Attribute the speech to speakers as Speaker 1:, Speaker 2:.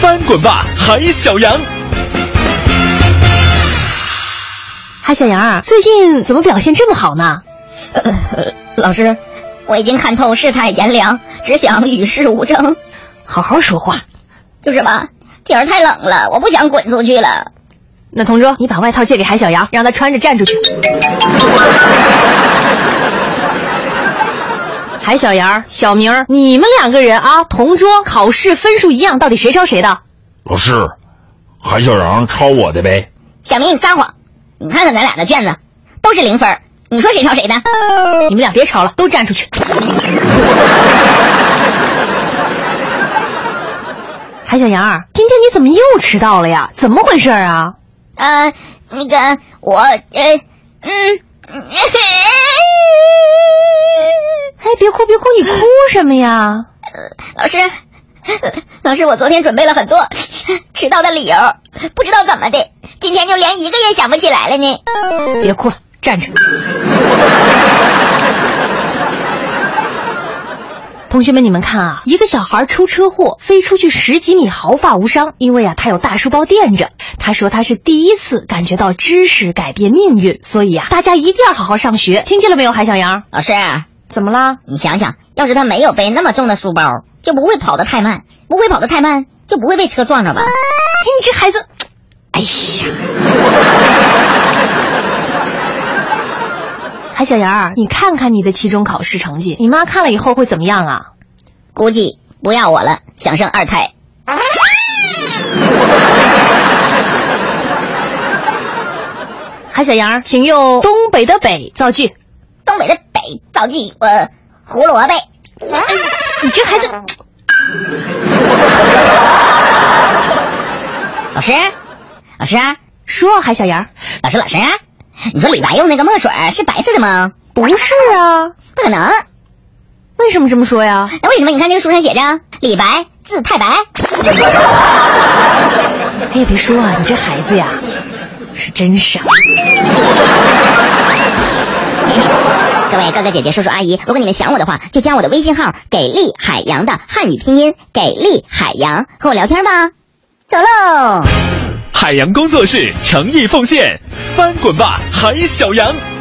Speaker 1: 翻滚吧，海小羊！
Speaker 2: 嗨，小杨儿，最近怎么表现这么好呢？呃呃老师，
Speaker 3: 我已经看透世态炎凉，只想与世无争。
Speaker 2: 好好说话。
Speaker 3: 就是嘛，天儿太冷了，我不想滚出去了。
Speaker 2: 那同桌，你把外套借给海小杨，让他穿着站出去。海小杨、小明儿，你们两个人啊，同桌考试分数一样，到底谁抄谁的？
Speaker 4: 老师，韩小杨抄我的呗。
Speaker 3: 小明，你撒谎！你看看咱俩的卷子，都是零分儿，你说谁抄谁的？
Speaker 2: 你们俩别吵了，都站出去。海小杨儿，今天你怎么又迟到了呀？怎么回事儿啊？
Speaker 3: 呃，那个我呃嗯，
Speaker 2: 哎，别哭别哭，你哭什么呀？
Speaker 3: 老师， 老师，我昨天准备了很多 迟到的理由，不知道怎么的，今天就连一个也想不起来了呢。
Speaker 2: 别哭了，站着。同学们，你们看啊，一个小孩出车祸飞出去十几米，毫发无伤，因为啊他有大书包垫着。他说他是第一次感觉到知识改变命运，所以啊，大家一定要好好上学，听见了没有，海小杨？
Speaker 3: 老师，啊
Speaker 2: 怎么啦？
Speaker 3: 你想想，要是他没有背那么重的书包，就不会跑得太慢，不会跑得太慢，就不会被车撞着吧？
Speaker 2: 嘿，这孩子，哎呀！ 海小杨儿，你看看你的期中考试成绩，你妈看了以后会怎么样啊？
Speaker 3: 估计不要我了，想生二胎。
Speaker 2: 海小杨儿，请用东北的北造句。
Speaker 3: 东北的北造句，我胡萝卜。
Speaker 2: 你这孩子，
Speaker 3: 老师，老师，啊
Speaker 2: 说啊海小杨儿，
Speaker 3: 老师，老师，你说李白用那个墨水是白色的吗？
Speaker 2: 不是啊？
Speaker 3: 不可能。
Speaker 2: 为什么这么说呀？
Speaker 3: 那为什么你看这个书上写着李白字太白？
Speaker 2: 哎呀，别说啊，你这孩子呀，是真傻。
Speaker 3: 各位哥哥姐姐、叔叔阿姨，如果你们想我的话，就加我的微信号“给力海洋”的汉语拼音“给力海洋”，和我聊天吧。走喽。
Speaker 1: 海洋工作室诚意奉献，翻滚吧，海小羊！